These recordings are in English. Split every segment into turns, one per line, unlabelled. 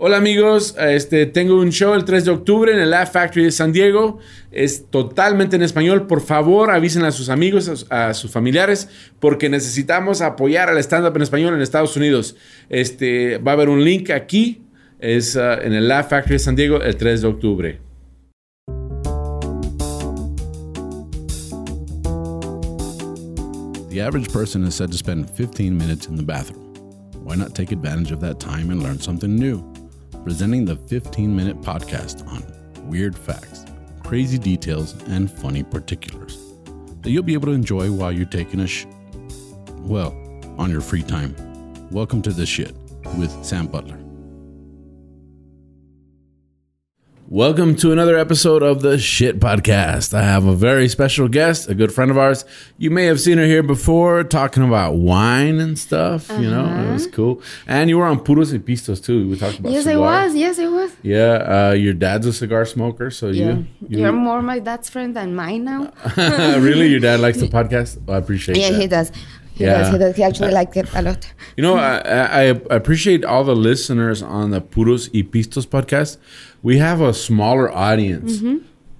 Hola amigos, este, tengo un show el 3 de octubre en el Laugh Factory de San Diego. Es totalmente en español. Por favor, avisen a sus amigos, a, sus- a sus familiares, porque necesitamos apoyar al stand-up en español en Estados Unidos. Este, va a haber un link aquí. Es ah, en el Laugh Factory de San Diego el 3 de octubre.
The average person is said to spend 15 minutes in the bathroom. Why not take advantage of that time and learn something new? Presenting the 15 minute podcast on weird facts, crazy details, and funny particulars that you'll be able to enjoy while you're taking a sh. Well, on your free time. Welcome to The Shit with Sam Butler. Welcome to another episode of the Shit Podcast. I have a very special guest, a good friend of ours. You may have seen her here before talking about wine and stuff. You know, it was cool. And you were on Puros y Pistos too. We talked about
Uh-huh. Yes, I
cigar.
was. Yes, I was.
Yeah, uh, your dad's a cigar smoker, so
Yeah.
you, you
You're more my dad's friend than mine now.
really your dad likes the podcast. I appreciate
Yeah,
that.
he does. He
Yeah.
does. He does. He actually liked it a lot.
You know, I, I I appreciate all the listeners on the Puros y Pistos podcast. We have a smaller audience,
Mm-hmm.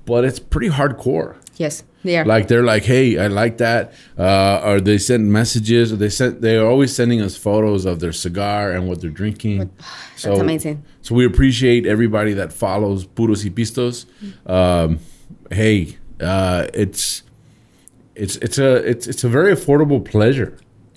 but it's pretty hardcore.
Yes, they are.
Like they're like, hey, I like that. Uh, or they send messages. Or they sent. They're always sending us photos of their cigar and what they're drinking.
That's amazing.
So we appreciate everybody that follows Puros y Pistos.
Mm-hmm.
Um, hey, uh, it's it's it's a it's it's a very affordable pleasure.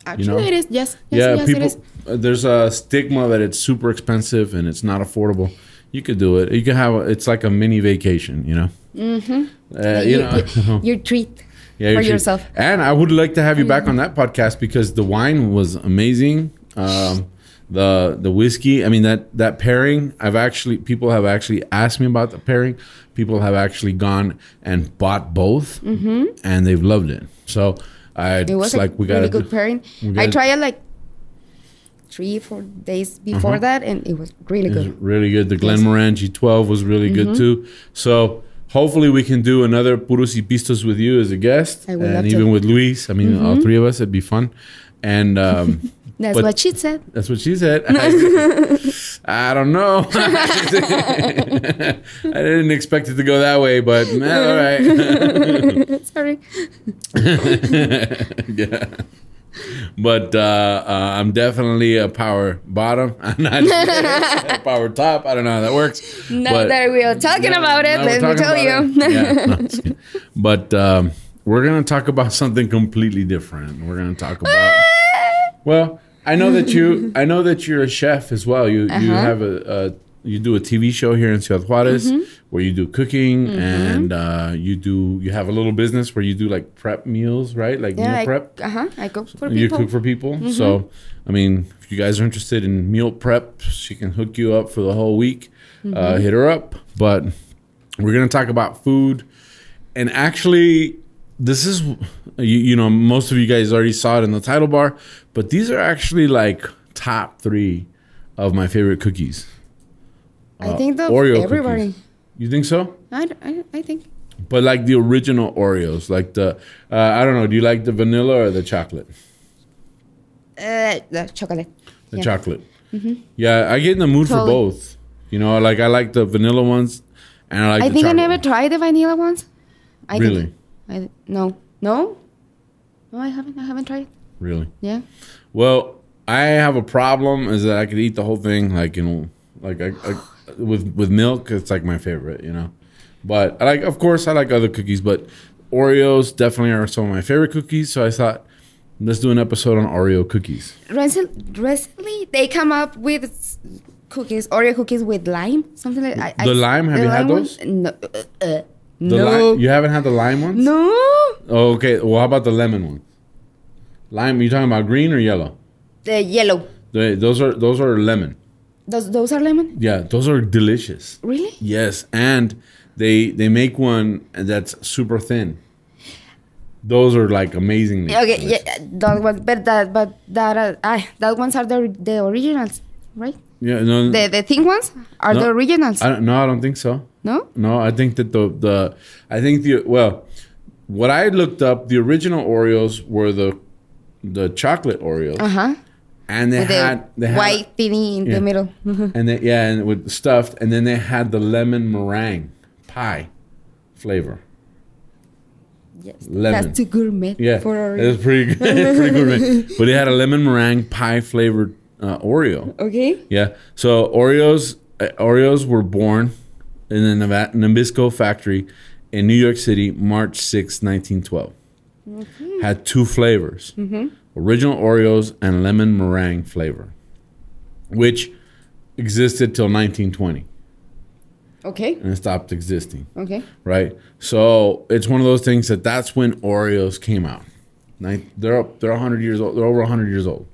actually,
know?
it is. Yes. Yes, yes,
people.
it is.
uh, There's a stigma that it's super expensive and it's not affordable. You could do it. You could have. A, it's like a mini vacation. You know. Mm-hmm. Uh, you know.
your treat.
Yeah, you
for
should.
yourself. Mm.
And I would like to have you back on that podcast because the wine was amazing. Um, the the whiskey, I mean that that pairing. I've actually people have actually asked me about the pairing. People have actually gone and bought both, and they've loved it. So I
Mm-hmm. It was
it's
a
like we got
really
to
good pairing. I
gotta-
tried it like three, four days before
Uh-huh.
that, and it was really good.
really good. The Glenmoran G12 was really
Mm-hmm.
good too. So hopefully we can do another Puros y Pistos with you as a guest,
I would
and
love to. Mm-hmm.
even with Luis. I mean, all three of us. It'd be fun. And um,
That's
But-
what she said.
That's what she said. I, I don't know. I didn't expect it to go that way, but eh, all right.
Sorry.
yeah. But uh, uh, I'm definitely a power bottom. I'm not a power top. I don't know how that works.
Now
but-
that we are talking
Now-
about it,
now we're
let
talking
me tell you.
about it. Yeah, no, I'm just kidding. but um, we're going to talk about something completely different. We're going to talk about. Well, I know that you. I know that you're a chef as well. You you
Uh-huh.
have a, a you do a TV show here in Ciudad Juarez
Mm-hmm.
where you do cooking and uh, you do you have a little business where you do like prep meals, right? Like
yeah,
meal
I,
prep.
uh-huh, I cook for
You
people. Mm-hmm.
cook for people. So, I mean, if you guys are interested in meal prep, she can hook you up for the whole week. Uh,
Mm-hmm.
hit her up. But we're going to talk about food. And actually, this is, you, you know, most of you guys already saw it in the title bar, but these are actually like top three of my favorite cookies.
I think that
Uh, Oreo
everybody.
cookies. You think so?
I, d- I, I think
But like the original Oreos, like the, uh, I don't know, do you like the vanilla or the chocolate?
uh, the chocolate.
the
Yeah. Mm-hmm.
chocolate. Yeah, I get in the mood
Totally.
for both. You know, like I like the vanilla ones, and I like.
I
the
think I
chocolate
never
ones.
tried the vanilla ones. I
Really,
Didn't. I di- no, no, no. I haven't. I haven't tried.
really.
Yeah.
Well, I have a problem is that I could eat the whole thing, like you know, like I, I with with milk. It's like my favorite, you know. But I like, of course, I like other cookies, but Oreos definitely are some of my favorite cookies. So I thought, let's do an episode on Oreo cookies.
Recent, recently, they come up with s- cookies, Oreo cookies with lime, something like. I,
The
I,
lime? Have you had
one?
those?
No. Uh, uh,
The li-
no.
you haven't had the lime ones.
no.
Oh, okay. Well, how about the lemon one? Lime? You talking about green or yellow?
The yellow.
They, those are those are lemon.
Those those are lemon.
Yeah, those are delicious.
Really?
Yes, and they they make one that's super thin. Those are like amazingly.
Okay.
delicious.
Yeah. That one, but that but that uh, I, that ones are the the originals, right?
Yeah. No.
The the thin ones are the
No, Ah.
originals.
I don't, no, I don't think so.
no.
No, I think that the the I think the well, what I looked up, the original Oreos were the the chocolate Oreos,
Uh huh.
and they
with
had they
the
had-
white thingy in
yeah.
the middle.
and they, yeah, and with stuffed, and then they had the lemon meringue pie flavor.
yes,
Lemon.
that's too gourmet
Yeah,
for
it was
Oreo.
pretty good, pretty good. man. But it had a lemon meringue pie flavored uh, Oreo.
Okay.
Yeah, so Oreos uh, Oreos were born in the Neva- Nabisco factory in New York City, March 6, 1912. Had two flavors: original Oreos and lemon meringue flavor, which existed till 1920
Okay.
and it stopped existing.
Okay.
Right. So it's one of those things that that's when Oreos came out. Nin- They're up, they're 100 years old. They're over 100 years old.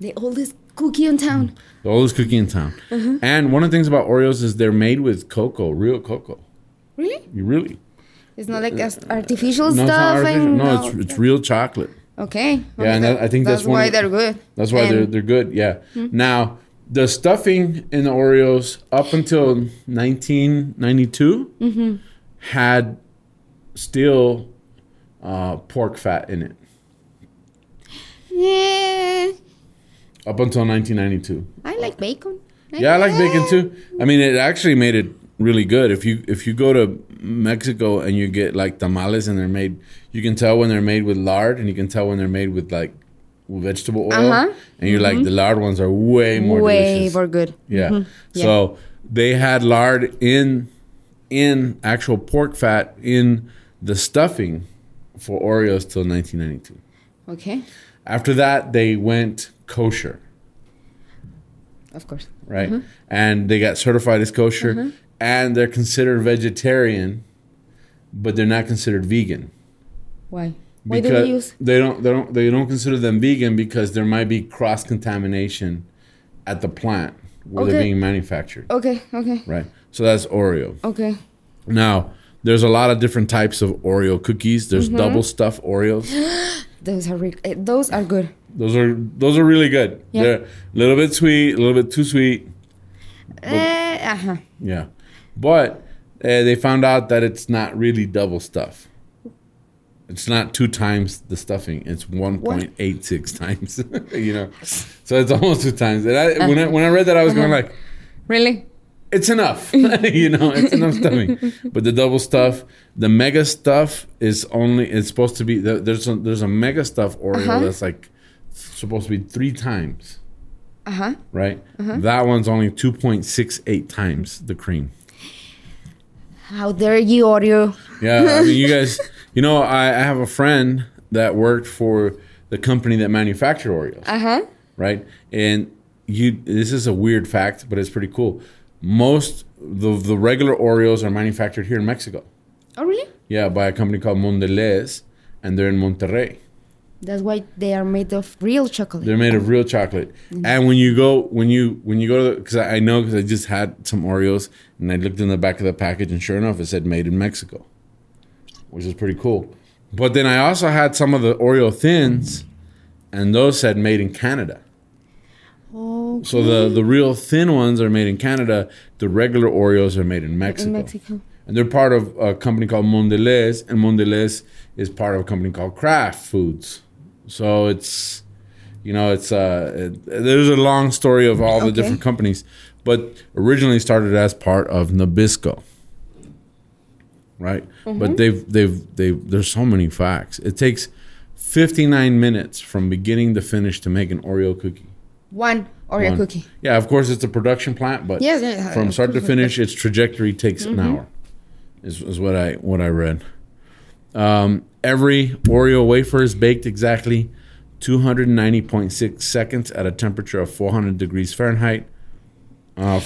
The oldest cookie in town.
The oldest cookie in town. And one of the things about Oreos is they're made with cocoa, real cocoa.
Really?
You really?
It's not like as- artificial
Uh, No, it's not
stuff.
artificial.
and
No,
all
it's, it's
that.
real chocolate.
okay.
Yeah, and that- I think that's
that's
one
why
of-
they're good.
That's why
And
they're they're good. Yeah. Now the stuffing in the Oreos up until 1992 had still uh, pork fat in it.
Yeah,
Up until 1992.
I like bacon.
Yeah, I like bacon too. I mean, it actually made it really good. If you if you go to Mexico and you get like tamales and they're made, you can tell when they're made with lard, and you can tell when they're made with like vegetable oil.
Uh-huh.
And you're like, the lard ones are way more
Way
delicious.
more good.
yeah.
Yeah.
So they had lard in in actual pork fat in the stuffing for Oreos till 1992.
Okay,
After that, they went kosher.
of course.
right?
Mm-hmm.
And they got certified as kosher, and they're considered vegetarian, but they're not considered vegan.
Why? Why do they use?
they don't they don't they don't consider them vegan because there might be cross contamination at the plant where they're
Okay. Oh.
being manufactured,
Okay, okay,
right? So that's Oreo.
okay.
Now there's a lot of different types of Oreo cookies. There's
Mm-hmm.
double stuffed Oreos.
Those are re- eh, those are good.
Those are those are really good.
Yeah.
They're a little bit sweet, a little bit too sweet.
Eh, uh-huh.
Yeah, but uh, they found out that it's not really double stuff. It's not two times the stuffing. It's one point eight six times. you know, so it's almost two times. And I, when I when I read that, I was going like,
Really?
"It's enough." you know, it's enough stuffing. But the double stuff, the mega stuff is only. It's supposed to be there- there's a, there's a mega stuff Oreo
Uh-huh.
that's like supposed to be three times,
Uh huh.
right? That one's only two point six eight times the cream.
How dare you, Oreo?
Yeah, I mean, you guys, you know, I, I have a friend that worked for the company that manufactured Oreos,
Uh huh.
right? And you, this is a weird fact, but it's pretty cool. Most the the regular Oreos are manufactured here in Mexico.
Oh, really?
Yeah, by a company called Mondelez, and they're in Monterrey.
That's why they are made of real chocolate.
They're made of real chocolate. And when you go, when you when you go to, because I, I know, because I just had some Oreos and I looked in the back of the package, and sure enough, it said made in Mexico, which is pretty cool. But then I also had some of the Oreo thins, and those said made in Canada.
oh,
So the the real thin ones are made in Canada. The regular Oreos are made in Mexico.
in Mexico.
And they're part of a company called Mondelez, and Mondelez is part of a company called Kraft Foods. So it's, you know, it's uh, it- there's a long story of all the
Okay.
different companies, but originally started as part of Nabisco, right? But they've they've they there's so many facts. It takes 59 minutes from beginning to finish to make an Oreo cookie.
One Oreo
One.
cookie.
Um, Yeah, of course it's a production plant, but
Yeah, yeah, yeah.
from
Of
start to
course, Mm-hmm.
finish, its trajectory takes an hour. Is, is what I what I read. Um, every Oreo wafer is baked exactly 290.6 seconds at a temperature of 400 degrees Fahrenheit. Uh,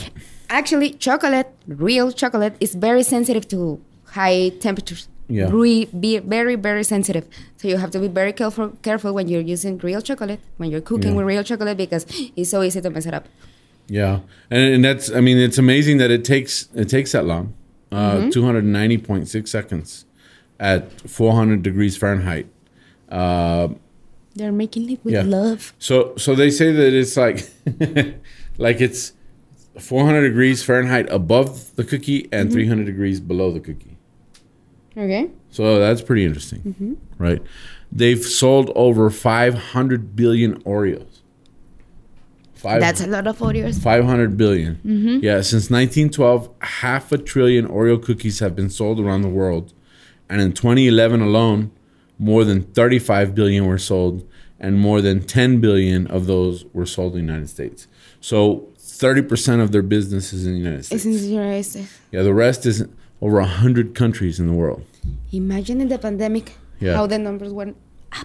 Actually, chocolate, real chocolate, is very sensitive to high temperatures.
Yeah.
Re- be very, very sensitive. So you have to be very careful, careful when you're using real chocolate, when you're cooking
Yeah.
with real chocolate, because it's so easy to mess it up.
Yeah, and, and that's I mean it's amazing that it takes it takes that long,
Mm-hmm.
uh, hundred ninety point six seconds at four hundred degrees Fahrenheit. Uh,
They're making it with
Yeah.
love.
so so they say that it's like like it's four hundred degrees Fahrenheit above the cookie and hundred degrees below the cookie.
Okay.
So that's pretty interesting, right? They've sold over five hundred billion Oreos. Five,
That's a lot of Oreos.
500 billion.
Mm-hmm.
Yeah, since 1912, half a trillion Oreo cookies have been sold around the world. And in 2011 alone, more than 35 billion were sold, and more than 10 billion of those were sold in the United States. So 30% of their business is in the United
It's
States.
in the United States.
Yeah, the rest is over 100 countries in the world.
Imagine in the pandemic
Yeah.
how the numbers went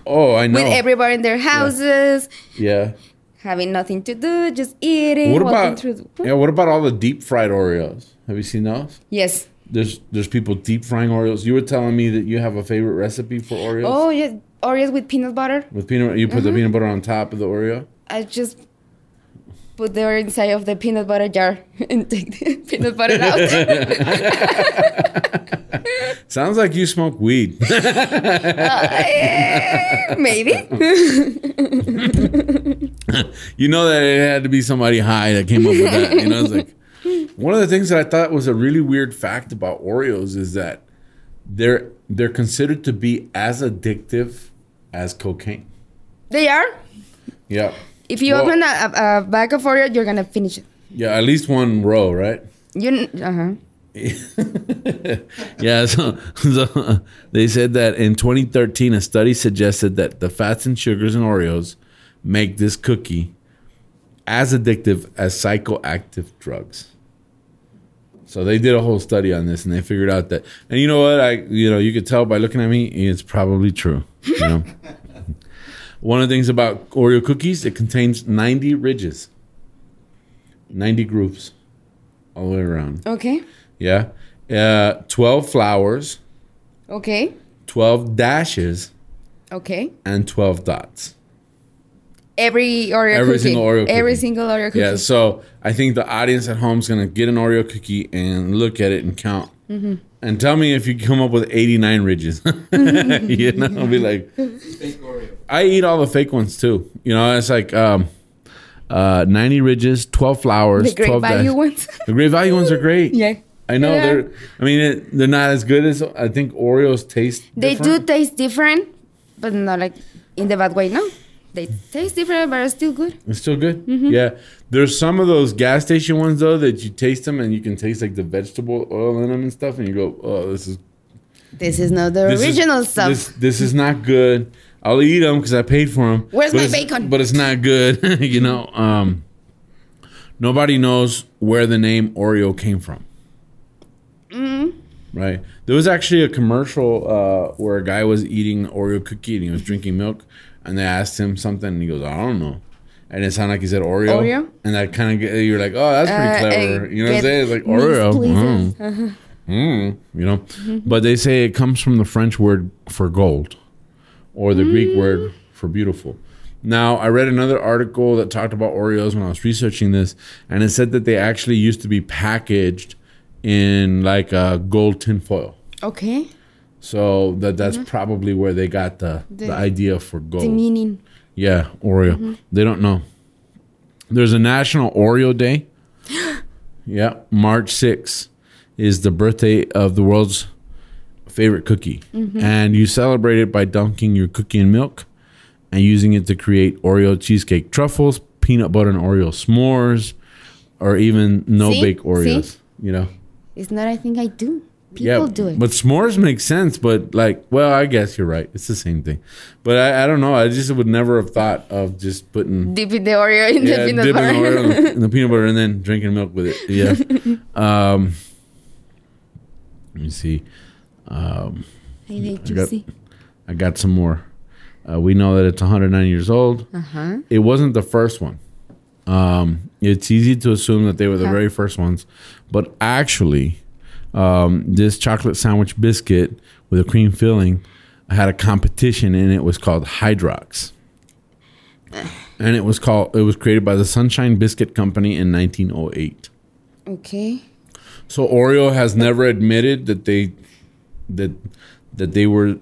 Oh, I know.
with everybody in their houses,
yeah.
having nothing to do, just eating,
What
walking
about
through. The,
yeah? What about all the deep fried Oreos? Have you seen those?
Yes.
There's there's people deep frying Oreos. You were telling me that you have a favorite recipe for Oreos
Oh yes, Oreos with peanut butter.
with peanut. You put the peanut butter on top of the Oreo.
I just put the Oreo inside of the peanut butter jar and take the peanut butter out.
Sounds like you smoke weed.
Maybe.
you know that it had to be somebody high that came up with that. You know, it's like one of the things that I thought was a really weird fact about Oreos is that they're they're considered to be as addictive as cocaine.
they are.
Yeah.
If you
Well-
open a, a, a bag of Oreo, you're gonna finish it.
Yeah, at least one row, right?
You uh huh.
yeah, so, so they said that in 2013, a study suggested that the fats and sugars in Oreos make this cookie as addictive as psychoactive drugs. So they did a whole study on this, and they figured out that. And you know what? I you know you could tell by looking at me, it's probably true. You know, one of the things about Oreo cookies, it contains 90 ridges, 90 groups, all the way around.
Okay.
Yeah. Uh, 12 flowers,
Okay.
12 dashes,
Okay.
and 12 dots.
Every Oreo
Every
cookie.
single Oreo
Every
cookie.
single Oreo cookie.
Yeah. So I think the audience at home is going to get an Oreo cookie and look at it and count.
Mm-hmm.
And tell me if you come up with 89 ridges. you know, I'll be like,
Fake Oreo.
I eat all the fake ones too. You know, it's like um, uh, 90 ridges, 12 flowers,
The great
12
value
dash-
ones.
The great value ones are great.
yeah.
I know
Yeah.
they're. I mean, it, they're not as good as I think Oreos taste.
They
different.
do taste different, but not like in the bad way. No, they taste different, but are still good.
It's still good. Yeah. There's some of those gas station ones though that you taste them and you can taste like the vegetable oil in them and stuff, and you go, "Oh, this is
This is not the
this is-
original stuff.
This, this is not good. I'll eat them because I paid for them.
Where's my bacon?
But it's not good. you know, um, nobody knows where the name Oreo came from.
Mm-hmm.
Right. There was actually a commercial uh, where a guy was eating Oreo cookie and he was drinking milk, and they asked him something, and he goes, "I don't know." And it sounded like he said Oreo.
Oreo?
And that kind of you're like, oh, that's
Uh,
pretty clever.
I
you know what I'm
get
saying? It's like
mis-
Oreo.
pleases.
Mm. Mm, you know, but they say it comes from the French word for gold or the Greek word for beautiful. Now, I read another article that talked about Oreos when I was researching this, and it said that they actually used to be packaged in like a gold tinfoil.
Uh, okay,
So that that's probably where they got the, Mm-hmm. the,
The-
idea for gold.
the meaning.
Yeah, Oreo.
Mm-hmm.
They don't know. There's a National Oreo Day. yeah, March 6th is the birthday of the world's favorite cookie.
Mm-hmm.
And you celebrate it by dunking your cookie in milk and using it to create Oreo cheesecake truffles, peanut butter and Oreo s'mores, or even no
See?
bake
See?
Oreos. You know?
It's not. I think I do. People do it.
But s'mores make sense, but like, well, I guess you're right. It's the same thing. But I, I don't know. I just would never have thought of just putting
Dipping the Oreo in
yeah,
the
dipping
peanut butter.
Oreo in the, in the peanut butter and then drinking milk with it. Yeah. um, let me see. Um,
I like
I got-
juicy.
I got some more. Uh, we know that it's 109 years old.
Uh huh.
It wasn't the first one. Um, it's easy to assume that they were the
Okay.
very first ones, but actually, um, this chocolate sandwich biscuit with a cream filling had a competition, and it was called Hydrox. And it was called. It was created by the Sunshine Biscuit Company in 1908.
Okay.
So Oreo has never admitted that they that that they were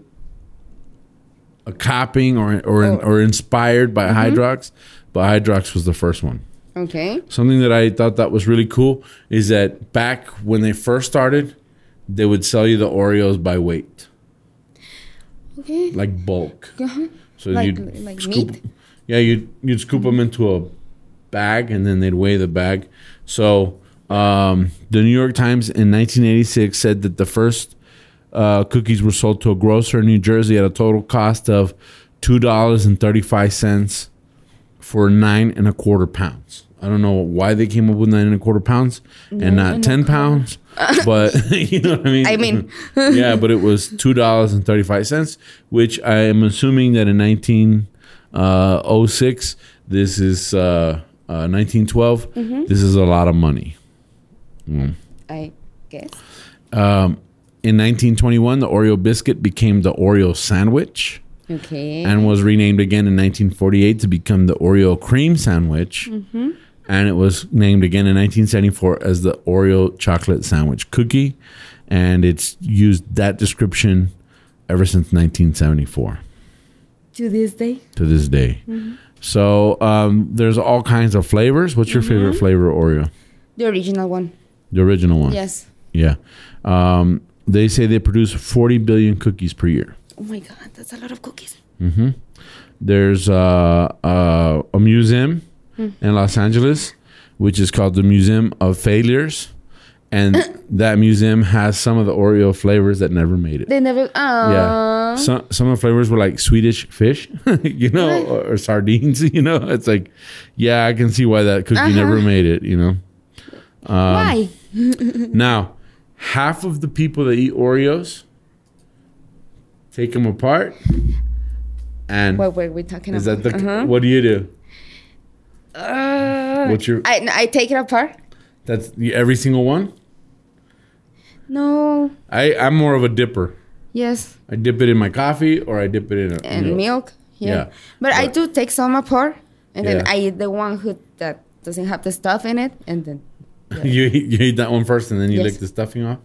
a copying or or or inspired by Hydrox, but Hydrox was the first one.
Okay.
Something that I thought that was really cool is that back when they first started, they would sell you the Oreos by weight,
Okay.
like bulk.
Uh-huh.
So
Like
you'd
like
scoop,
meat.
yeah, you'd you'd scoop them into a bag and then they'd weigh the bag. So um, the New York Times in 1986 said that the first uh, cookies were sold to a grocer in New Jersey at a total cost of two dollars and thirty five cents for nine and a quarter pounds. I don't know why they came up with nine and a quarter pounds and not ten pounds, but you know what I mean.
I mean.
yeah, but it was two dollars and thirty five cents, which I am assuming that in nineteen oh six, this is uh, uh, nineteen
Mm-hmm.
This is a lot of money.
I guess.
Um, In 1921, the Oreo biscuit became the Oreo sandwich
Okay.
and was renamed again in 1948 to become the Oreo cream sandwich. And it was named again in 1974 as the Oreo chocolate sandwich cookie. And it's used that description ever since 1974
to this day,
to this day. So um, there's all kinds of flavors. What's your favorite flavor, Oreo?
the original one.
The original one.
Yes.
Yeah. Um, they say they produce 40 billion cookies per year.
Oh my god, that's a lot of cookies.
There's uh, uh, a museum
Hmm.
in Los Angeles, which is called the Museum of Failures. And that museum has some of the Oreo flavors that never made it.
They never. Uh,
Yeah. Some, some of the flavors were like Swedish fish, you know, or, or sardines, you know. It's like, yeah, I can see why that cookie never made it, you know.
Uh-huh.
um,
Why?
Now, half of the people that eat Oreos take them apart. And
What were we talking
is that
about?
the,
Uh-huh.
what do you do?
Uh,
What's your-
I, I take it apart.
That's the- every single one.
No.
I I'm more of a dipper.
Yes.
I dip it in my coffee or I dip it in a
And
milk.
milk. Yeah.
Yeah.
But I do take some apart, and then
Yeah.
I eat the one who that doesn't have the stuff in it, and then
you eat- you eat that one first and then you
Yes.
lick the stuffing off.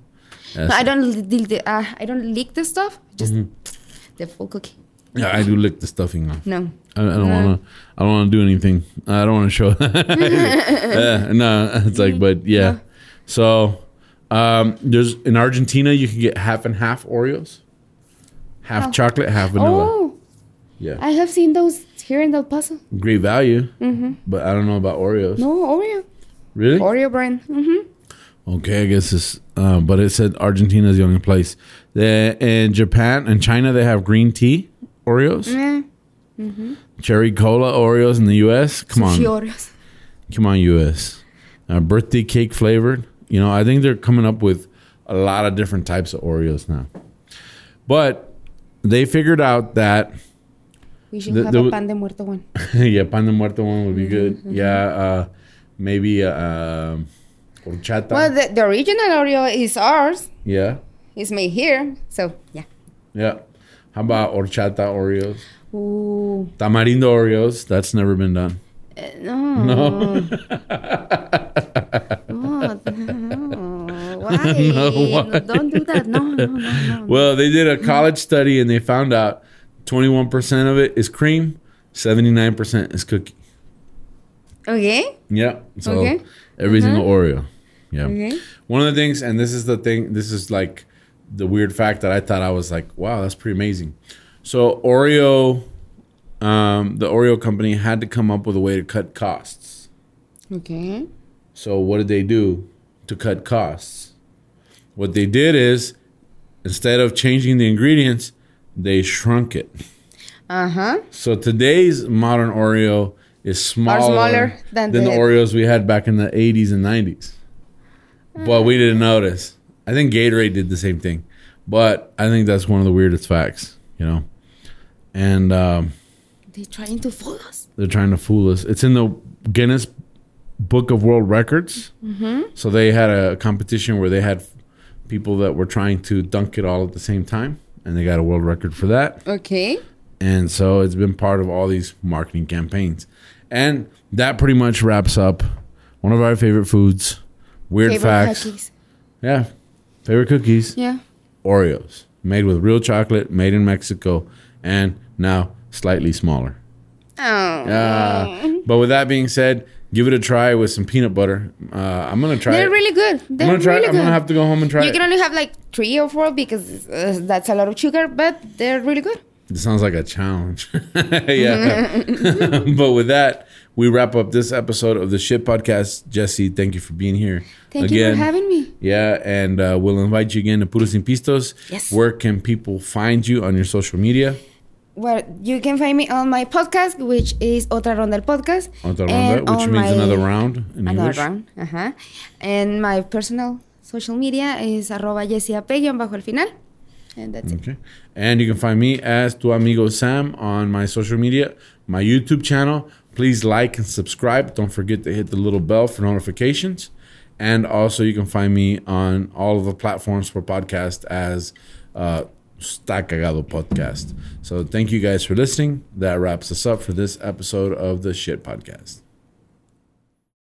No, I don't lick the uh, I don't lick the stuff. Just
Mm-hmm.
the full cookie.
Yeah, I do lick the stuffing off.
No.
I, I
Mm.
don't want to. I don't want to do anything. I don't want to show. Uh, no, it's like,
Mm-hmm.
but yeah. So um, there's in Argentina, you can get half and half Oreos, half chocolate, half vanilla.
Oh,
Yeah,
I have seen those here in El Paso.
great value.
Mm-hmm.
But I don't know about Oreos.
No Oreo.
Really?
Oreo brand. Mm-hmm.
Okay, I guess it's, uh, but it said Argentina is the only place. The, in Japan and China, they have green tea Oreos,
Yeah.
cherry cola Oreos in the U.S. Come on,
Sushi Oreos.
come on, U.S. Uh, birthday cake flavored. You know, I think they're coming up with a lot of different types of Oreos now. But they figured out that
We should
The-
have
the-
a pan de muerto one.
yeah, pan de muerto one would be good. Yeah, uh, maybe uh, um, horchata.
Well, the, the original Oreo is ours.
yeah,
It's made here. So, yeah.
yeah. How about horchata Oreos?
Ooh.
Tamarindo Oreos, that's never been done.
Uh, no.
No.
No. no. Why?
No, why?
Don't do that. No, no, no, no.
Well, they did a college study and they found out 21% of it is cream, 79% is cookie.
Okay.
Yeah. So
Okay. Mm-hmm.
every single Oreo. Yeah.
Okay.
One of the things, and this is the thing, this is like the weird fact that I thought I was like, wow, that's pretty amazing. So Oreo, um, the Oreo company had to come up with a way to cut costs.
Okay.
So what did they do to cut costs? What they did is instead of changing the ingredients, they shrunk it.
Uh huh.
So today's modern Oreo is smaller,
smaller
than,
than
the,
the-
Oreos we had back in the 80s and 90s. But we didn't notice. I think Gatorade did the same thing. But I think that's one of the weirdest facts, you know. And um,
They're trying to fool us.
they're trying to fool us. It's in the Guinness Book of World Records.
Mm-hmm.
So they had a competition where they had people that were trying to dunk it all at the same time, and they got a world record for that.
Okay.
And so it's been part of all these marketing campaigns. And that pretty much wraps up one of our favorite foods, weird
Favorite
facts.
cookies.
Yeah. Favorite cookies,
Yeah.
Oreos, made with real chocolate, made in Mexico, and now slightly smaller.
Oh.
Uh, but with that being said, give it a try with some peanut butter. Uh, I'm gonna try.
They're
it.
really good.
I'm
They're
gonna try.
really
it. I'm
good.
gonna have to go home and try.
you
it.
can only have like three or four because uh, that's a lot of sugar, but they're really good.
It sounds like a challenge. yeah. but with that, we wrap up this episode of the Shit Podcast. Jesse, thank you for being here.
Thank you for having me.
Yeah, and uh, we'll invite you again to Puros Sin Pistos.
Yes.
Where can people find you on your social media?
Well, you can find me on my podcast, which is Otra Ronda el Podcast.
Otra
and
ronda, which
on
means
my-
another round in
another
English.
round. Ajá. And my personal social media is arroba jessiape bajo el final. And that's it.
Okay. And you can find me as Tu Amigo Sam on my social media, my YouTube channel. Please like and subscribe. Don't forget to hit the little bell for notifications. And also, you can find me on all of the platforms for podcast as uh, Está Cagado Podcast. So, thank you guys for listening. That wraps us up for this episode of the Shit Podcast.